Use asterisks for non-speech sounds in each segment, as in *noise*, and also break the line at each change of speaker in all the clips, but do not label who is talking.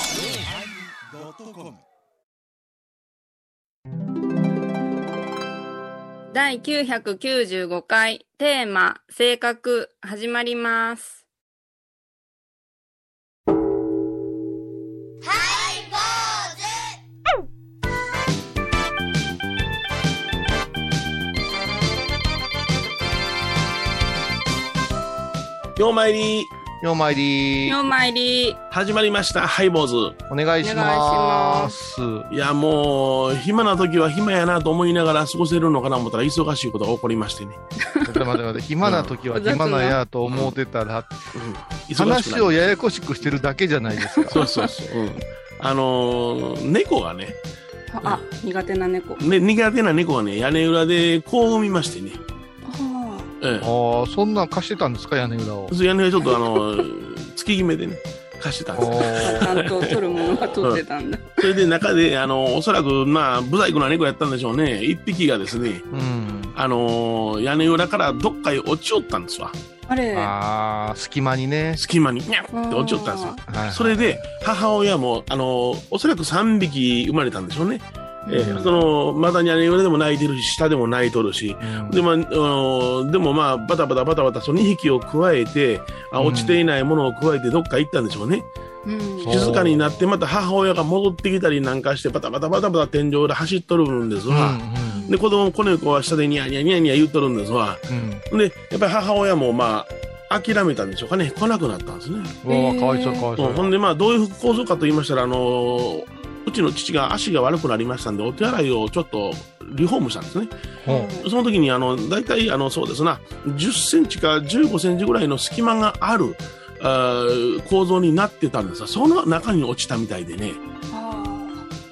yosmir
第995回テーマ「性格」始まります
ようまいり
ようまいり
今日参り
始まりましたハイボーズ
お願いします。
いやもう暇な時は暇やなと思いながら過ごせるのかな思ったら忙しいことが起こりましてね、
ちょっと待って待って、暇な時は暇なんやと思ってたら、
うん、忙しくなる
話をややこしくしてるだけじゃないですか。
そうそうそう、うん、あのー猫がね
あ苦手な猫
ね苦手な猫がね屋根裏で子を産みましてね、ええ
ああ、そんなん貸してたんですか、屋根裏を。
そう屋根裏ちょっとあのー月決めでね貸してたんですよ
ちゃんと取るものは取ってたんだ
それで中であのーおそらくまあ不細工な猫やったんでしょうね一匹がですね
うん。
あのー屋根裏からどっかへ落ちおったんですわ
あれ
ああ、隙間にね。
隙間にニャッって落ちおったんですよ
はい
それで母親も、あのおそらく3匹生まれたんでしょうね、ええ
うん
そのまだに屋根裏でも泣いてるし下でも泣いとるし
うん
で,、まあ、あのでもまあバタバタバタバタその2匹を加えてあ
うん
落ちていないものを加えてどっか行ったんでしょうね、
うん
そう
静かになってまた母親が戻ってきたりなんかしてバタバタバタバタ天井で走っとるんです
うん
わ、で子供子猫は下でニヤニヤニヤニヤ言っとるんですわ
うん
でやっぱり母親もまあ諦めたんでしょうかね来なくなったんですね
うん。
え
う
ー
わかわいそう、かわいそ
うんほん
う。
で、まあ、どういう構造かと言いましたら、あのーうちの父が足が悪くなりましたんで、お手洗いをちょっとリフォームしたんですね。
ほう
その時に、あの、大体、あの、そうですな、10センチか15センチぐらいの隙間がある、あー構造になってたんですが、その中に落ちたみたいでね。
あ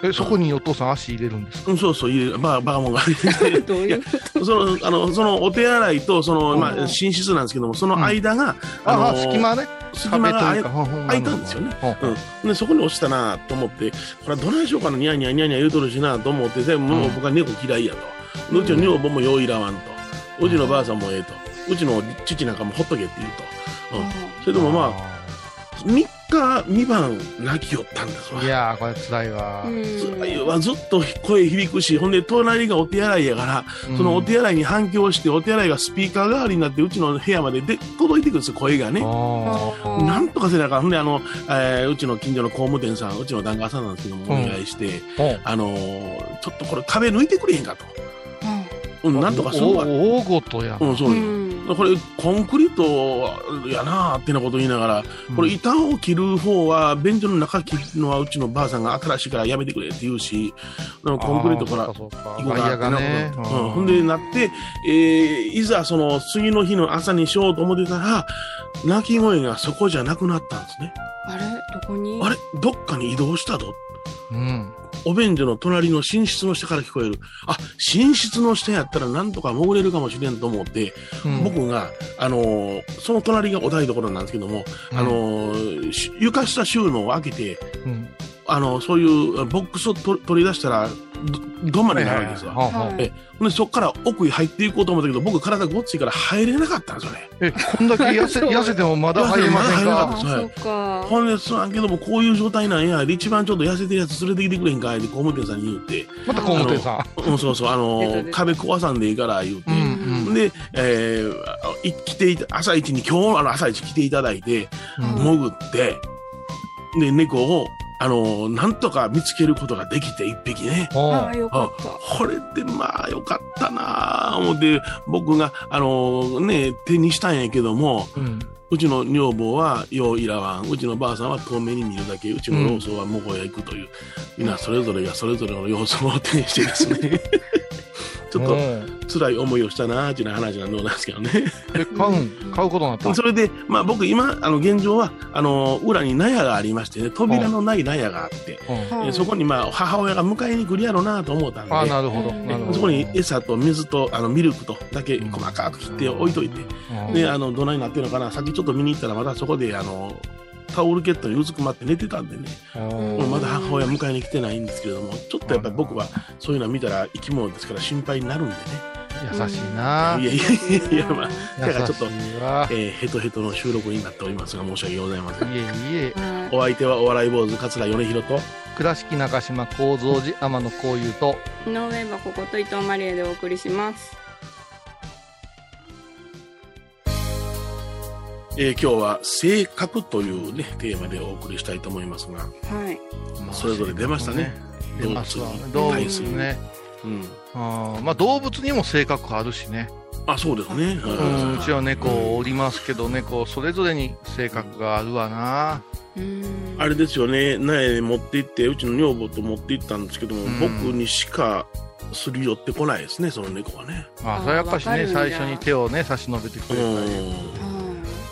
え、そこにお父さん足入れるんですか
うん、そうそう、いえまあ、バカもんが。
ーどういう
*laughs* その、あの、そのお手洗いと、その、まあ、
うん
寝室なんですけども、その間が、
あ
の
あ、
ー
隙間ね。
隙間が
壁というか、ほうほう
開いたんですよね。
ほうほう
でそこに落ちたなと思ってこれはどないしようかなニャーニャーニャーニャー言うとるしなと思ってでもう
うん
僕は猫嫌いやと、うちの女房もよういらわんとうちのばあさんもええとうちの父なんかもほっとけって言うとそれでもまあ3日2晩泣きよったんですわ
いやー、これ辛いわ。
ずずっと声響くしほんで隣がお手洗いやから、そのお手洗いに反響してお手洗いがスピーカー代わりになってうちの部屋までで届いてくるんですよ声がね。
あ
うん
なんとかせなあかん。ほんで、あの、えーうちの近所の工務店さん、うちの旦那さんなんですけども、
うん
お願いして、
ーほう
あのーちょっとこれ壁抜いてくれへんかと。うん、なんとかするわ。
お大ごとやん
う。ん、そうう、
ん
これ、コンクリートやなあってなこと言いながら、これ、板を切る方は、便所の中切るのは、うちのばあさんが新しいからやめてくれって言うし、あのコンクリートから
あーそうかそう
囲
か
碁
外
が
野がね。
うんほんでなって、えーいざその次の日の朝にしようと思ってたら、泣き声がそこじゃなくなったんですね。
あれどこに
あれどっかに移動したぞ
うん。
お便所の隣の寝室の下から聞こえる。あ、寝室の下やったらなんとか潜れるかもしれんと思って、
うん、
僕が、あのーその隣がお台所なんですけども、あのーし床下収納を開けて、
うん、あ
あのそういうボックスをと取り出したら、ど、どまになるんですよ。
はい
えほんで、そこから奥に入っていこうと思ったけど、僕体ごっついから入れなかったんですよね。
え、こんだけ痩
*laughs*
せ、痩せてもまだ入れません
まだ入れな *laughs* か
か
あ
そう
そ
や
うか
ほんで、すまんけども、こういう状態なんや。で一番ちょっと痩せてるやつ連れてきてくれへんかいって、工務店さんに言って。
また工務店さ
うん、そうそう、あの
出た出た
壁壊さんでいいから言うて
ん。う。んうん。
で、えー、あい来ていた、朝一に、今日の朝一来ていただいて、
うん
潜って、で、猫を、あのーなんとか見つけることができて、一匹ね。
あ
あ
あよか
あ
った
これでまあよかったなあ思って僕があのーね手にしたんやけども
うん。
うちの女房はよういらわんうちのばあさんは遠目に見るだけうちの老僧はもこへ行くという、皆それぞれがそれぞれの様子を手にしてです
*laughs*
ねちょっと
うん
辛い思いをしたなーっていう話なんでございますけどね。
え、買うん、買うことになった。
それで、まあ僕今、あの現状は、あの、裏に納屋がありましてね、扉のない納屋があって、
うん
はい
えそこにまあ母親が迎えに来るやろうなと思ったんで、
ああ、なるほど。なるほど
そこに餌と水とあのミルクとだけ細かく切って置いといて、
うん
で、あの、どないなってるのかな、さっきちょっと見に行ったらまだそこで、あの、タオルケットにうずくまって寝てたんでね、
うん
う
もうんまだ母親迎えに来てないんですけれども、ちょっとやっぱり僕はそういうのは見たら生き物ですから心配になるんでね。
優しいな
うんいやいやいやまあ
優
だからちょっと
しいわ。
えー、ヘトヘトの収録になっておりますが、申し訳ございません。
いえいえ、
はい
お相手はお笑い坊主、桂米広と、
倉敷中島幸三寺天野幸雄と、
井上箱こと伊藤マリエでお送りします。
えー今日は性格というね、テーマでお送りしたいと思いますが、
はい。
まあ
それぞれ出ましたね。
出ますわ。
動
動
物
物
に対する
ね。
うん。
うんまあ動物にも性格あるしね。
あ、そうですね。
う
う
は
ん、うちは猫おりますけど、猫それぞれに性格があるわな。
うーん
いあれですよね、苗持って行って、うちの女房と持って行ったんですけども、
うん
僕にしかすり寄ってこないですね、その猫はね。
まあ
あー
それはやっぱし
わか
ね、
るんだ
最初に手をね、差し伸べてく
う
れたり。
ん。
は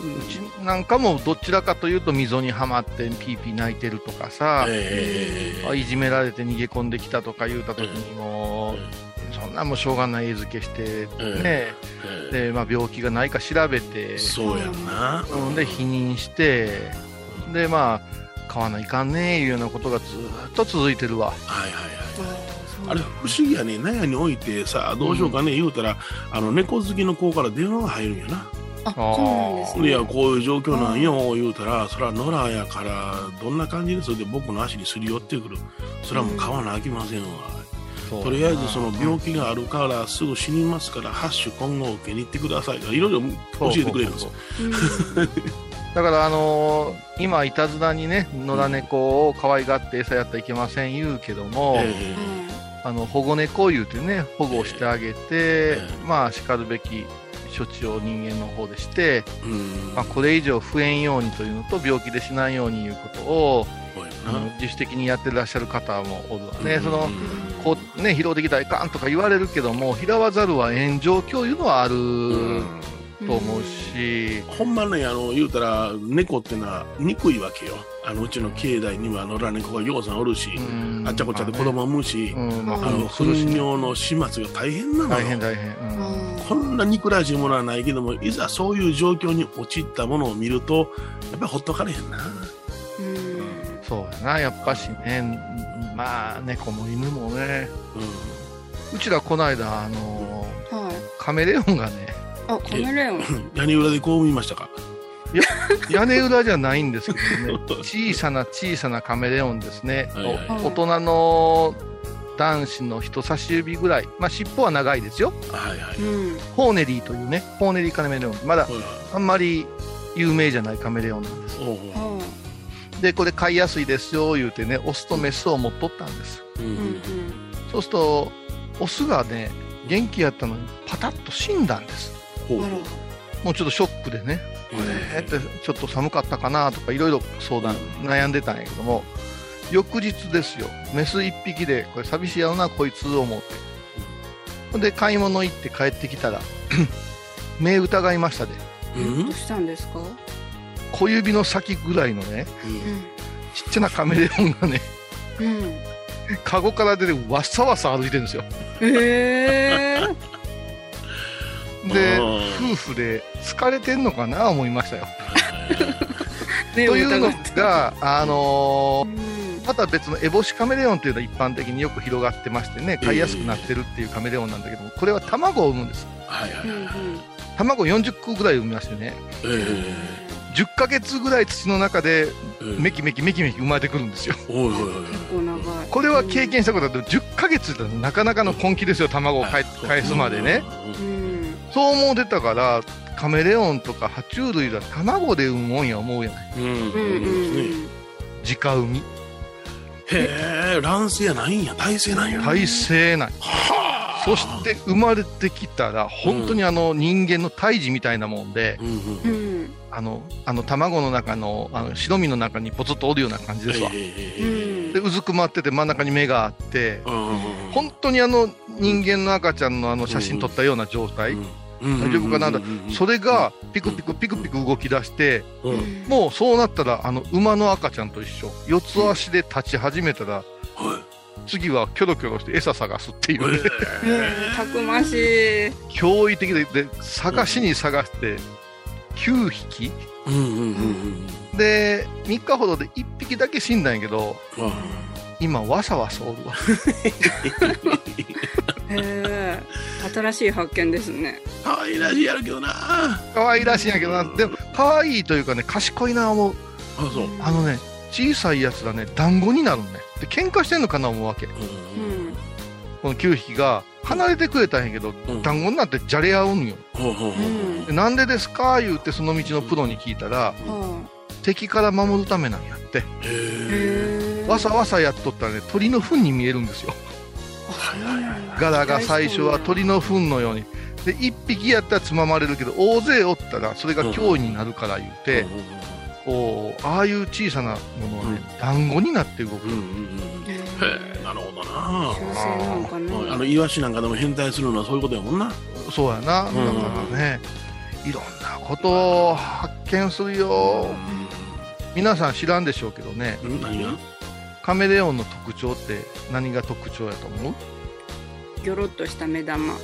うちなんかもどちらかというと溝にはまってピーピー泣いてるとかさ、
えー
あいじめられて逃げ込んできたとか言うた時にもう、そんなもうしょうがない絵付けして
うん
ね、
えー
でまあ、病気がないか調べて、
そうやんな。
うんで避妊してでまあ買わないかんねえいうようなことがずーっと続いてるわ
はいはいはい。
いうん
あれ不思議やね、納屋に置いてさ、どうしようかね、言うたら、あの猫好きの子から電話が入るんやな。
あ、そうなんです
い
ね。
や、こういう状況なんよ、言うたら、そら野良やから、どんな感じですで僕の足にすり寄ってくる。そらもう買わなあきませんわ。とりあえずその病気があるからすぐ死にますから、ハッシュ今後受けに行ってくださいとかいろいろ教えてくれるんですよ。
だからあのー今いたずらにね野良猫を可愛がって餌やったらいけません言うけども、
え
うん
え
あの保護猫言うてね保護をしてあげて、
ええ
まあしかるべき処置を人間の方でして、
うん。
まあ、これ以上増えんようにというのと病気で死なんようにいうことを、
こうや
あの自主的にやってらっしゃる方もおるわね、
うん
そのこうね、疲労できたらいかんとか言われるけども拾わざるは炎上共有のはある
うん
と思う。し、
ほんまね、あの、言うたら、猫ってのは憎いわけよ。あの、うちの境内には野良猫がようさんおるし、
うん
あっちゃこっちゃで子供産むし、
うんまあ
うん
あ
苦
の、
労するし
糞尿の始末が大変なの
大変
よ。
大変、うん
こんな憎らしいものはないけども、いざそういう状況に陥ったものを見ると、やっぱりほっとかれへんな。
うん
そうやなやっぱしねまあ猫も犬もねうちらこないだあの
はい。
カメレオンが
*laughs*
ね
あ、カメレオン。
うん。 *laughs* 屋根裏でこう見ましたか。
屋根裏じゃないんですけどね小さな小さなカメレオンですね、
はいはい
お大人の男子の人差し指ぐらい、まあ、尻尾は長いですよ
*laughs* はいはい。
うん。
ホーネリーというねホーネリーカメレオンまだ
ほら
あんまり有名じゃないカメレオンなんです
おうおう
は
でこれ飼いやすいですよ言うてねオスとメスを持っとったんです
う
い。うん
ん
そうするとオスがね元気やったのにパタッと死んだんです
ほう
うん。
ほ
あ
う
ら。
もうちょっとショックでねえー
え
ってちょっと寒かったかなとかいろいろ相談悩んでたんやけども翌日ですよメス1匹でこれ寂しいやろなこいつを思ってほんで買い物行って帰ってきたら *clears throat* 目疑いましたで
う
え
ん
どうしたんですか。
小指の先ぐらいのね
うん
ちっちゃなカメレオンがね *laughs*
うん。うん。
カゴから出てわっさわさ歩いてるんですよ
ええ。
で
うん
夫婦で疲れてんのかな思いましたよ
と
というの
う
があのー
ん。
また別のエボシカメレオンというのは一般的によく広がってましてね飼いやすくなってるっていうカメレオンなんだけどもこれは卵を産むんです
はいは
う
い
ん
はい。
卵40個ぐらい産みましてね
ええ
10ヶ月ぐらい土の中
え
で
え
メキメキメキメキ生まれてくるんですよ
おいおいおいおい
うん。結構長い。
これは経。験したことある10ヶ月ってなかなかの根気ですよ卵を返返すまでね。
うん。
そう思うてたからカメレオンとか爬虫類だ卵で産むもんや思うやない
うんうん
うん
うんうん。
うん。
直産み
へえ、卵性やないんや、体性なんや。
体勢ない
はあ
そし。て生まれてきたら本当にあの人間の胎児みたいなもんで、
うんうん
う
うん。
ん。
あのあの卵の中のあの白身の中にポツッとおるような感じですわ、
ええええええ
でうずくまってて真ん中に目があって
うんうんうん
本当にあの人間の赤ちゃんのあの写真撮ったような状態、
うん
大丈夫かな
うん
だ
うんうん
それがピクピクピクピク動き出して
うんはい
も
もうそうなったらあの馬の赤ちゃんと一緒四つ足で立ち始めたら次はキョロキョロして餌探すっていう、ね、
う。うん。たくましい。
驚異的でで探しに探して9匹
うんうんうんうん
で3日ほどで1匹だけ死んだんやけど
うん
今わさわさおるわ
へえ。新しい発見ですね。
可愛らしいやるけどなあ
*laughs* 可愛らしいんやけどなでも可愛いというかね賢いな思う
そう、うん
あのね小さいやつがね団子になるのねで喧嘩してんのかな思うわけ
うん。
この9匹が離れてくれたんやけど、
うん
団子になってじゃれ合うんよ
ほうほう
う
ほうん
で。なんでですか言うてその道のプロに聞いたら
は
敵から守るためなんやって
あ
へえ
へえ。
わさわさやっとったらね鳥の糞に見えるんですよ柄が最初は鳥の糞のようにで1匹やったらつままれるけど大勢おったらそれが脅威になるから言うて、こうああいう小さなものはね、団子になって動く
うんうんうん
へ
へえなるほどな
中性なのか
あ
な。
のイワシなんかでも変態するのはそういうことやもんな
そうやな、
うん
だからねいろんなことを発見するよ皆さん知らんでしょうけどね
うん何が
カメレオンの特徴って何が特徴やと思う
ギョロっとした目玉。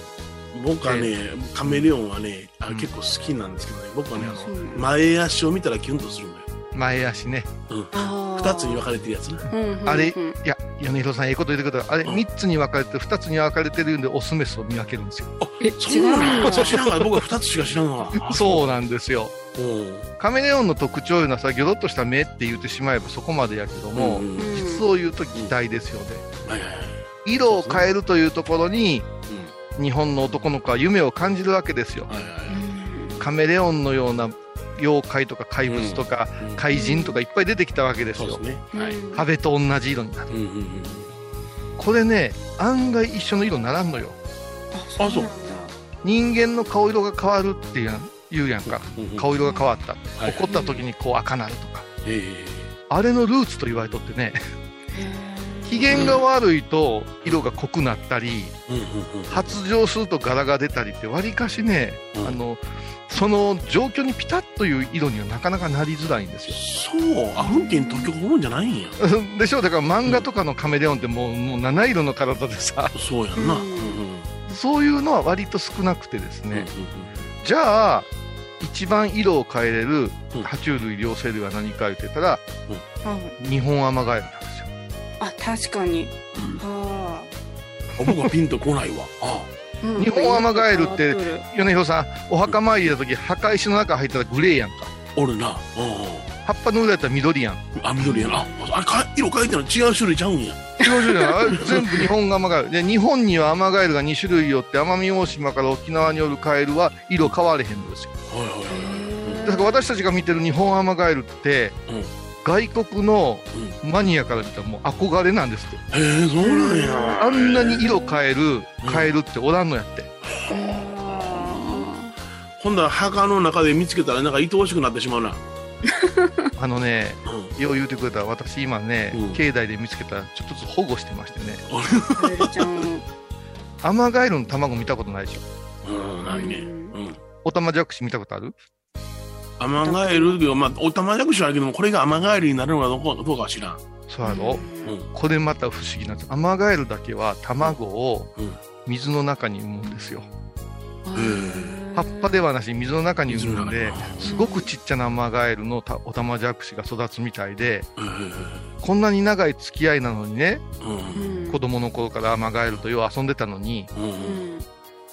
僕はねカメレオンはねあ
うん
結構好きなんですけどね僕はねあ
そう
の
なんだ
前足を見たらキュンとするのよ
前足ね
あー
二つに分かれてるやつな
うんうんうん
あれいや米広さんええこと言ってくださいあれ3つに分かれて2つに分かれてるんでオスメスを見分けるんですよ
え、
そ
違
うな
う
の
の。
そう知らんから僕は二つしか知らんわ
そうなんですよ
うん
カメレオンの特徴いうのはさギョロッとした目って言ってしまえばそこまでやけども、
うん
うん
実を言うと擬態ですよね
はいはいはい
色を変えるというところに
うん
日本の男の子は夢を感じるわけですよ
はいはいはい
カメレオンのような妖怪とか怪物とか
うん
怪人とかいっぱい出てきたわけです
そう
よ
ですね
うん
はい
うん
壁と同じ色になる
うんうんうん
これね案外一緒の色にならんのよ
あ、そ
あそうう
なんだ。
人間の顔色が変わるっていうやん言うやんか
うんうん
顔色が変わった
はい
怒った時にこう赤なるとか
え
あれのルーツと言われとって
*laughs*
ね機
へ
嫌が悪いと色が濃くなったり
えうんうんうん
発情すると柄が出たりってわりかしね
うん
あのその状況にピタッという色にはなかなかなりづらいんですよ *laughs*
そうアフンケン東京ホルンじゃないんや
でしょうだから漫画とかのカメレオンってもう,、もう七色の体でさ
そうやんな
うん
うん
そういうのは割と少なくてです
うん
ね、じゃあ一番色を変えれる
うん
爬虫類両生類は何か言ってたら
ーあ
日本アマガエルなんですよ
あ、確かに。あ
あ僕はピンとこないわあ
ーうん
日本アマガエルって
変わとる
米広さんお墓参りの時墓石の中入ったらグレーやんか
おるなうんうん
葉っぱの裏やったら緑やん
あ緑やなああれか色変えてない違う種類ちゃうんや
気持ち悪いなあれ全部日本アマガエルで日本にはアマガエルが2種類よって奄美大島から沖縄によるカエルは色変われへんのですよ
はいはいはいはい
だから私たちが見てる日本アマガエルって、
うん
外国のマニアから見たらもう憧れなんですって、
へえそうなんや
あんなに色変えるカエルっておらんのやって、
あ
ほんだら墓の中で見つけたらなんか愛おしくなってしまうな
あのね
うん
よう言うてくれた私今ね、
うん
境内で見つけたらちょっとずつ保護してましてね
ーカエルちゃんを。
アマガエルの卵見たことないでしょ
うんないねうん
オタマジャクシ見たことある
アマガエルまあおたまじゃくしはあるけどもこれがアマガエルになるのかどうかどうかは知らん
そうやろ、
うんうん
これまた不思議なんですアマガエルだけは卵を
うん
水の中に産むんですよ
うん
葉っぱではなし水の中に
水
産
の
ん
中
ですごくちっちゃなアマガエルのたオタマジャクシが育つみたいで
うんうん
こんなに長い付き合いなのにね
うん
うん
子供の頃からアマガエルとよう遊んでたのに
うん
う
うん
ん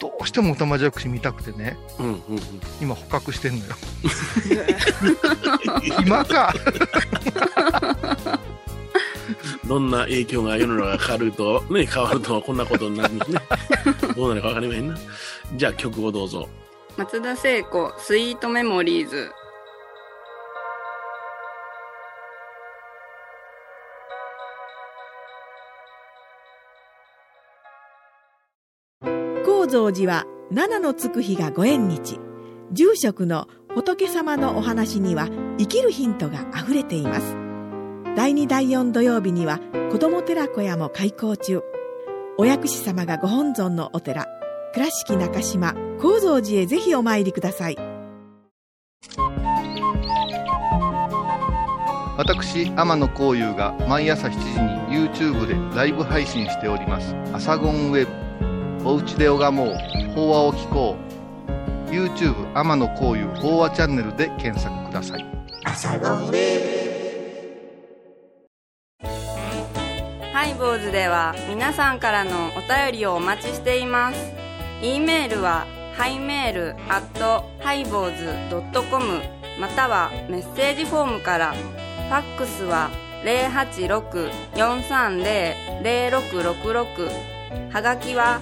どうしてもオタマジャクシ見たくてね
うんうん
今捕獲してんのよ
へ
今か
どんな影響が世の中が変わると、 *laughs* ね、変わるとはこんなことになるんですね。どうなるかわかりませんな。じゃあ曲をどうぞ。
ー松田聖子、スイートメモリーズ。
高蔵寺は七のつく日がご縁日住職の仏様のお話には生きるヒントがあふれています第2第4土曜日には子ども寺小屋も開校中お薬師様がご本尊のお寺倉敷中島・高蔵寺へぜひお参りください
私天野幸雄が毎朝7時に YouTube でライブ配信しております「アサゴンウェブ」「おうちで拝もう法話を聞こう」YouTube 天野幸雄法話チャンネルで検索ください *laughs*
はハイボーズでは皆さんからのお便りをお待ちしています。e メールはハイメールアットハイボーズドットコムまたはメッセージフォームから。ファックスは086-430-0666はがきは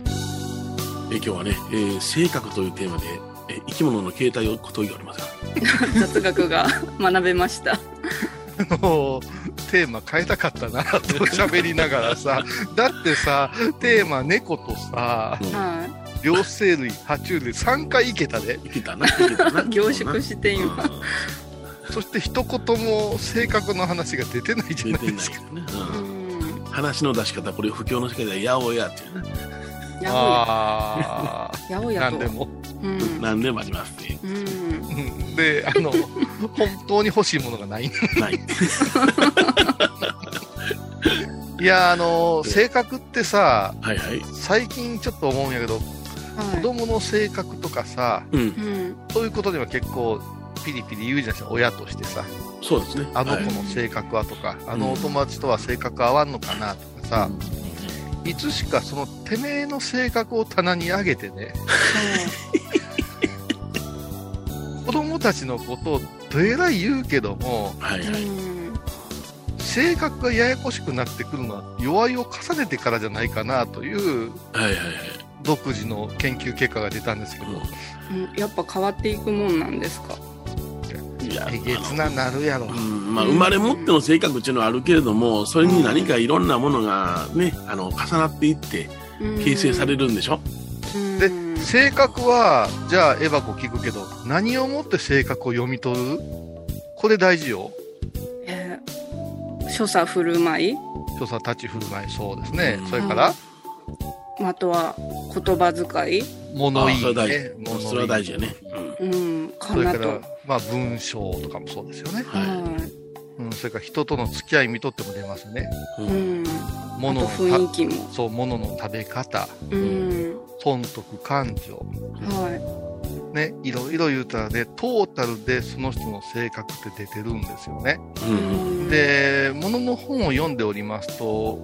えー今日はね、えー性格というテーマで、えー生き物の形態を解いておりますが
雑学が *laughs* 学べました。
もうテーマ変えたかったなと喋りながらさだってさテーマ猫とさ
は
両生類爬虫類3回いけたで
生きたな生きたな
*laughs* 凝縮して今
うん
そして一言も性格の話が出てないじゃ
出
ない
てない
で
ですす
か
よね、
い。
うん
うん。
話の出し方これ不況の世界では八百屋っていうね、
やほや。
あ
やほ
あ
や
何
と
で。も、
うん。
何でもありますね
うん。
うんであの本当に欲しいものがない
ない
いやあの性格ってさ
はいはい
最近ちょっと思うんやけど子
は
供の性格とかさ
うん
い。うん。
そういうことには結構ピリピリ言うじゃないですか親としてさ
そうですね
あの
はい
子の性格はとか、あのお友達とは性格合わんのかなとかさ、いつしかそのてめえの性格を棚に上げてね、子供たちのことをどえらい言うけども、
はい
そう。
はいう
性格がややこしくなってくるのは弱いを重ねてからじゃないかなという
はいはいはい
独自の研究結果が出たんですけど、
んうん。やっぱ変わっていくもんなんですか。
うんいや
えげつななるやろ
あ。のうんまあ、生まれ持っての性格っていうのはあるけれどもそれに何かいろんなものがねあの重なっていって形成され
る。
るんでしょ、
で
うん
性格は、じゃあエバコ聞くけど、何をもって性格を読み取るこれ大事よ。
えー所作振る舞い、
所作立ち振る舞い、そうですね。
うん
それから、
あとは言葉遣い、
物言
あそれ
い、
大
ね。物言い
それは大事やね、うん
うん、か
それ
な
か
と
ら。、まあ、文章とかもそうですよね。
は
うん、それから人との付き合い見とっても出ますね。
い、
い、う
うん
ん、あと
物の
雰囲
た
気も、
そう、物の食べ方、
うん、
損得感情、
は
ね、いろいろ言うたらね、トータルでその人の性格って出てるんですよね。
い、
うん
うん、
で、物の本を読んでおりますと、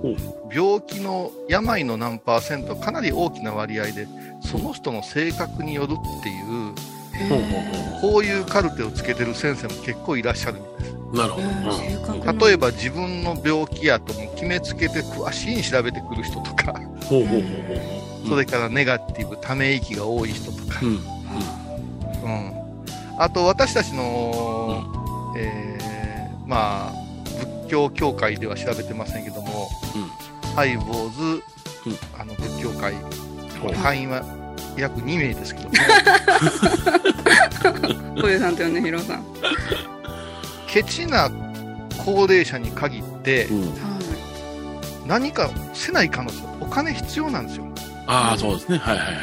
病気の病の何パーセント、かなり大きな割合で、その人の性格によるっていう、
ほうほう
こういうカルテをつけてる先生も結構いらっしゃるみたいです。
ほうなるほど、
うん性格の
例えば自分の病気やとも決めつけて詳しいに調べてくる人とか、
うん、ほうほうほうほうほう
それからネガティブ、ため息が多い人とか、
うん
うん、あと私たちの、えーまあ、仏教協会では調べてませんけども、ハイボーズ、
うん
あの仏教会、
はい
会員は約2名ですけども、
*laughs*
小出さんと米広さん、は
ケチな高齢者に限って
う、ん
何かせない彼女、お金必要なんですよ。
ああそうですねはいはいは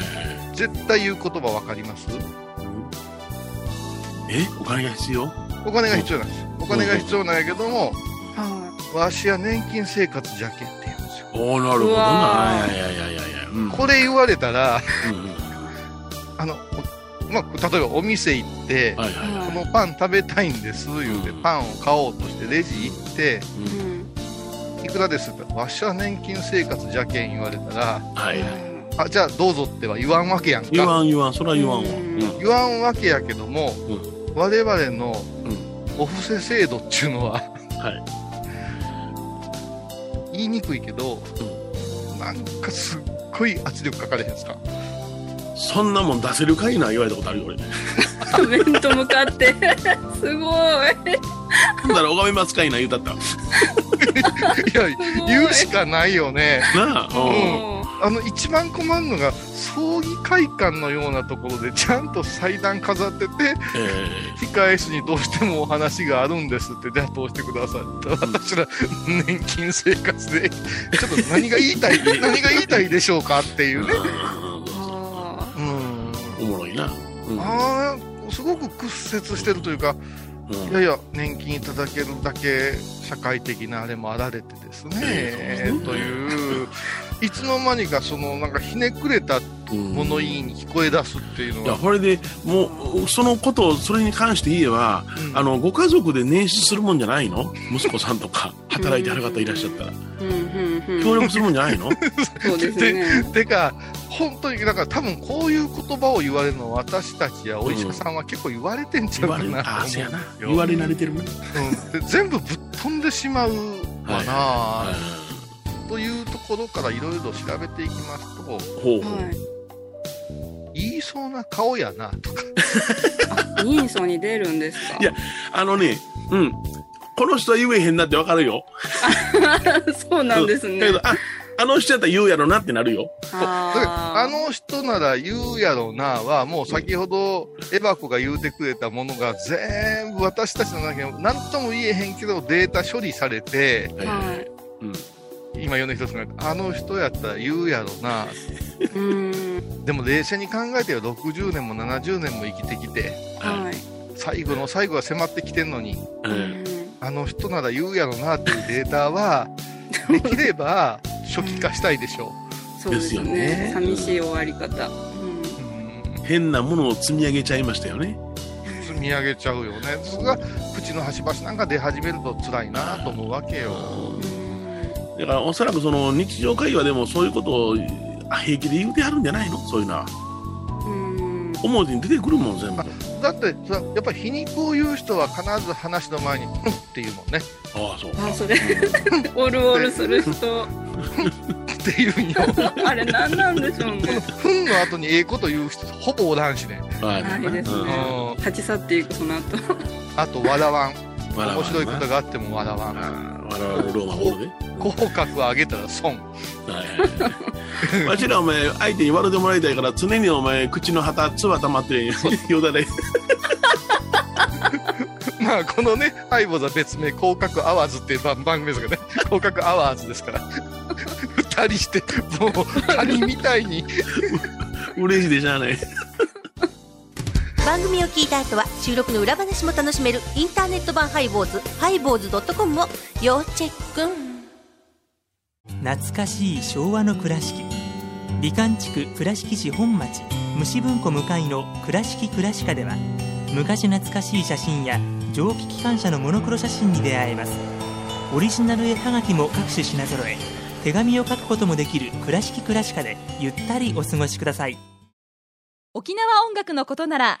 い
絶対言う言葉分かります
えお金が必要
お金が必要なんです。お金が必要なんやけども、
い、は
わしは年金生活じゃけんって言うんですよ。
おおなるほど
うわ
な
ー
いやいやいやいやいやうん
これ言われたら、
うんうん
あの、おまあ、例えばお店行って、
はいはいはい
このパン食べたいんです、言うて
うん、
パンを買おうとしてレジ行って、
う
い、うんん、
いくらですって、わしは年金生活じゃけん言われたら、
はいはい
あ、じゃあどうぞっては言わんわけやんか。
言わん言わんそれは言わんわ
うん
うん
言わんわけやけども、我々の
うん
お布施制度っていうのは、
はい
言いにくいけど、なんかすっごい圧力かかれへん
*laughs*
すか
そんなもん出せるかいな言われたことあるよ俺だ *laughs*
面と向かってすごい
から拝めますかいな言うたったわ
いや
すごい
言うしかないよね
なあうん
もう
あの一番困るのが葬儀会館のようなところでちゃんと祭壇飾ってて
え
控え室にどうしてもお話があるんですってじゃあ通して
*laughs*
くださいって私ら年金生活でちょっと何が言い
*laughs*
たい何が言いたいでしょうかってい
え
うね
あ
うん
おもろいな。うん
あーすごく屈折してるというか
うん
いやいや年金いただけるだけ社会的なあれもあられてですね、
ええそうですね
といういつの間にかそのなんかひねくれた
うん
物言いに聞こえ出すっていうの
いや
は、
これでもうそのことをそれに関して言えば
うん
あのご家族で捻出するもんじゃないの息子さんとか働いてはる方いらっしゃったら
うんうんう
協
ん。
力するもんじゃないの
そうですね。
てか本当になんか多分こういう言葉を言われるのは私たちやお医者さんは結構言われてんち
言
ゃうか
われ
なと
あ
思
あ
うん
せやな
ですよ
言われ慣れてるもん
うんで全部ぶっ飛んでしまうかな、
はい
というところからいろいろ調べていきますと
ほうほう
は
言いそうな顔やなとか
い。人相に出るんですか。
いやあのねうんこの人は言えへんなってわかるよ
*laughs* そうなんです
だ
ね
け。どああの人やったら言うやろなってなるよ
だからあの人なら言うやろうなはもう先ほどエバコが言うてくれたものが全部私たちの中に何とも言えへんけどデータ処理されて
あーは。
うん
今読んだ人さんがあの人やったら言うやろうない
うん。
でも冷静に考えてよ60年も70年も生きてきて
はい。
最後の最後が迫ってきてんのに
う
うんん
あの人なら言うやろうなっていうデータはできれば初期化したいでしょ
そうですよ
です
ね。
よね
寂しい終わり方。うん
う。うん
変なものを積み上げちゃいましたよね
積み上げちゃうよねそれが口の端々なんか出始めると辛いなと思うわけよ
だからおそらくその日常会話でもそういうことを平気で言うてはるんじゃないのそういうのは
うん。
思うに出てくるもん全部
あだってさやっぱ皮肉を言う人は必ず話の前に「うん」っていうもんね
ああそう
あ、それ、オールオールする人、
っていう
*laughs*
にょ
あれ何なんでしょうね。
「ふん」の後にええこと言う人ほぼおらんしね
はい
*laughs* ないです
うん
ね。
うん
立ち去っていく、その後。
あと「笑わん」
笑
面
わん
白いこと
な
があっても笑わん
ああ笑わんローマホールで
口角上げたら損 *laughs*
はいわしらお前相手に笑ってもらいたいから常にお前口の旗つば溜まってるんやよだれ
まあこのね「ハイボーズ」は別名「口角アワーズ」っていう番番組ですからね *laughs* 口角アワーズですから *laughs* 二人してもう他人みた
*laughs*
いに
嬉しいでしゃあない
番組を聞いた後は収録の裏話も楽しめるインターネット版ハイボーズハイボーズドットコムを要チェック
懐かしい昭和の倉敷美観地区倉敷市本町虫文庫向かいの「倉敷倉敷科」では昔懐かしい写真や蒸気機関車のモノクロ写真に出会えますオリジナル絵はがきも各種品揃え手紙を書くこともできる「倉敷倉敷科」でゆったりお過ごしください
沖縄音楽のことなら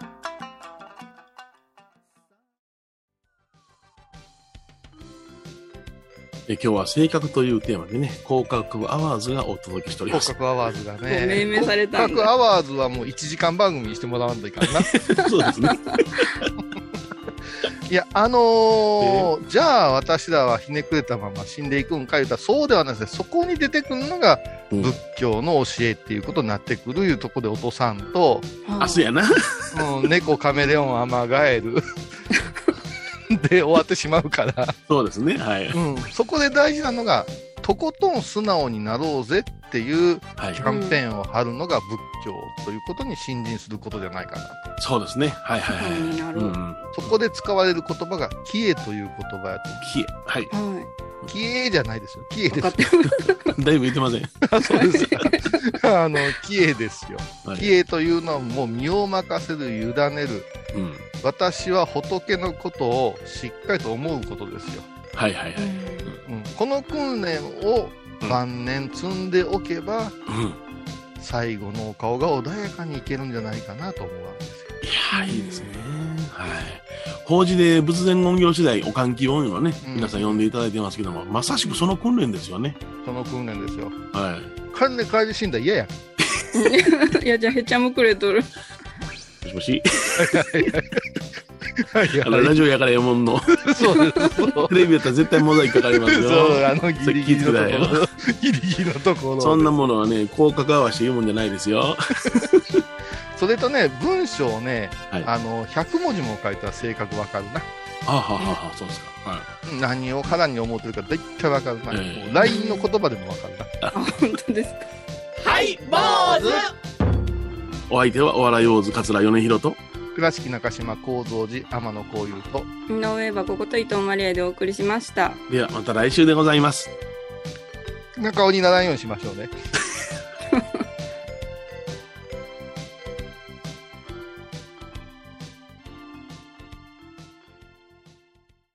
え今日は性格というテーマでね広角アワーズがお届けしておりま
広
す
角アワーズが
も
ね
う命名されたんだ
広角アワーズはもう1時間番組にしてもらわんといか
*laughs*
んない
そうですね
やあのーじゃあ私らはひねくれたまま死んでいくんか言うたらそうではないですねそこに出てくるのが
うん
仏教の教えっていうことになってくるいうとこでお父さんと、
明日やな
うん、猫カメレオンアマガ
*laughs*
エルで終わってしまうから、
そうですねはい
うん、そこで大事なのがとことん素直になろうぜっていう
はい
キャンペーンを張るのが仏教ということに信心することじゃないかなと。
そうですねはいはいはい
そうになる
うんうん
そこで使われる言葉が、キエという言葉やと。
消えはい
は
キエじゃないですよ。キエ
い。分
で
か
す
っ。て
*laughs* だいぶ言ってません
そうです *laughs* か。あの、キエですよ。
はい
キエというのはもう身を任せる、委ねる。
うん
私は仏のことをしっかりと思うことですよ。
はいはいはい
うん、この訓練を晩年積んでおけば、
うん
最後のお顔が穏やかにいけるんじゃないかなと思うわけですよ。
いやーいいですねはい法事で仏前音業次第お換気音をね、
うん
皆さん呼んでいただいてますけども、まさしくその訓練ですよね。
その訓練ですよ。
はい。
金で帰り死んだら嫌
*laughs*
や。
いやじゃあへちゃむくれとる *laughs*
もしもし、
いや
あのラジオやからええもんの、
そうです。そう
テレビやったら絶対モザイクかかりますよ。
そう、あのギリギリの
さっき言って
と
た
ころ。ギリギリのところ。
そんなものはね、効果合わせて言うもんじゃないですよ。
それとね、文章をね、
はい
あの、100文字も書いたら性格わかるな。
あはははそうですか。はい。
何を肌に思ってるか大体わかるな。
ええ
もう LINE の言葉でもわかるな。
あ本当ですか
お相手はお笑い王子桂米広と、
倉敷中島幸三寺天野幸雄と、
井上はここと伊藤マリアでお送りしました
ではまた来週でございます。
中尾にならんようにしましょうね。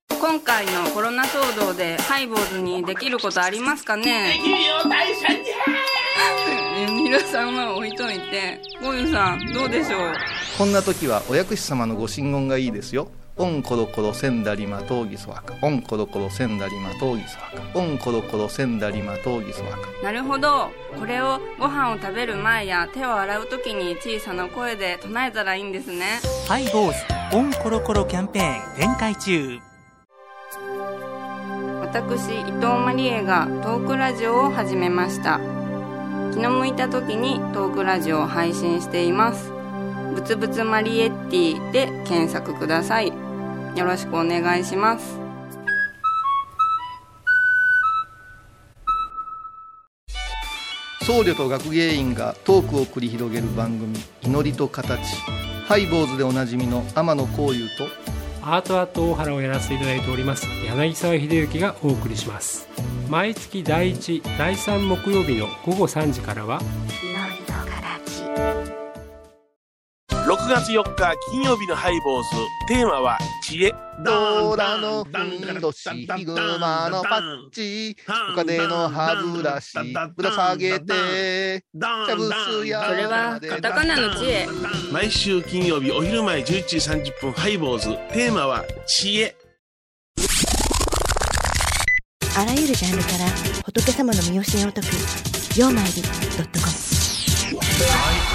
今回のコロナ騒動でハイボーズにできることありますかねできるよ *laughs* 大社に皆さんは置いといてゴユさんどうでしょう
こんな時はお薬師様のご神言がいいですよ。オンコロコロセンダリマトーギソワカ。オンコロコロセンダリマトーギソワカ。オンコロコロセンダリマトーギソワカ。
なるほどこれをご飯を食べる前や手を洗う時に小さな声で唱えたらいいんですね
ハイボーズオンコロコロキャンペーン展開中
私伊藤マリエがトークラジオを始めました気の向いた時にトークラジオを配信していますぶつぶつマリエッティで検索くださいよろしくお願いします
僧侶と学芸員がトークを繰り広げる番組「祈りと形」ハイボーズでおなじみの天野幸雄と
アートアート大原をやらせていただいております柳沢秀幸がお送りします毎月第1第3木曜日の午後3時からは
6月4日金曜日のハイボーズ、テーマは知恵。
ドラのふんどしヒグマのパッチムカデの歯ブラシぶら下げて
ダ
チャブスや
それはカタカナの知恵
毎週金曜日お昼前11時30分ハイボーズテーマは知恵
あらゆるジャンルから仏様の身教えを解く「曜マイルドットコム」
「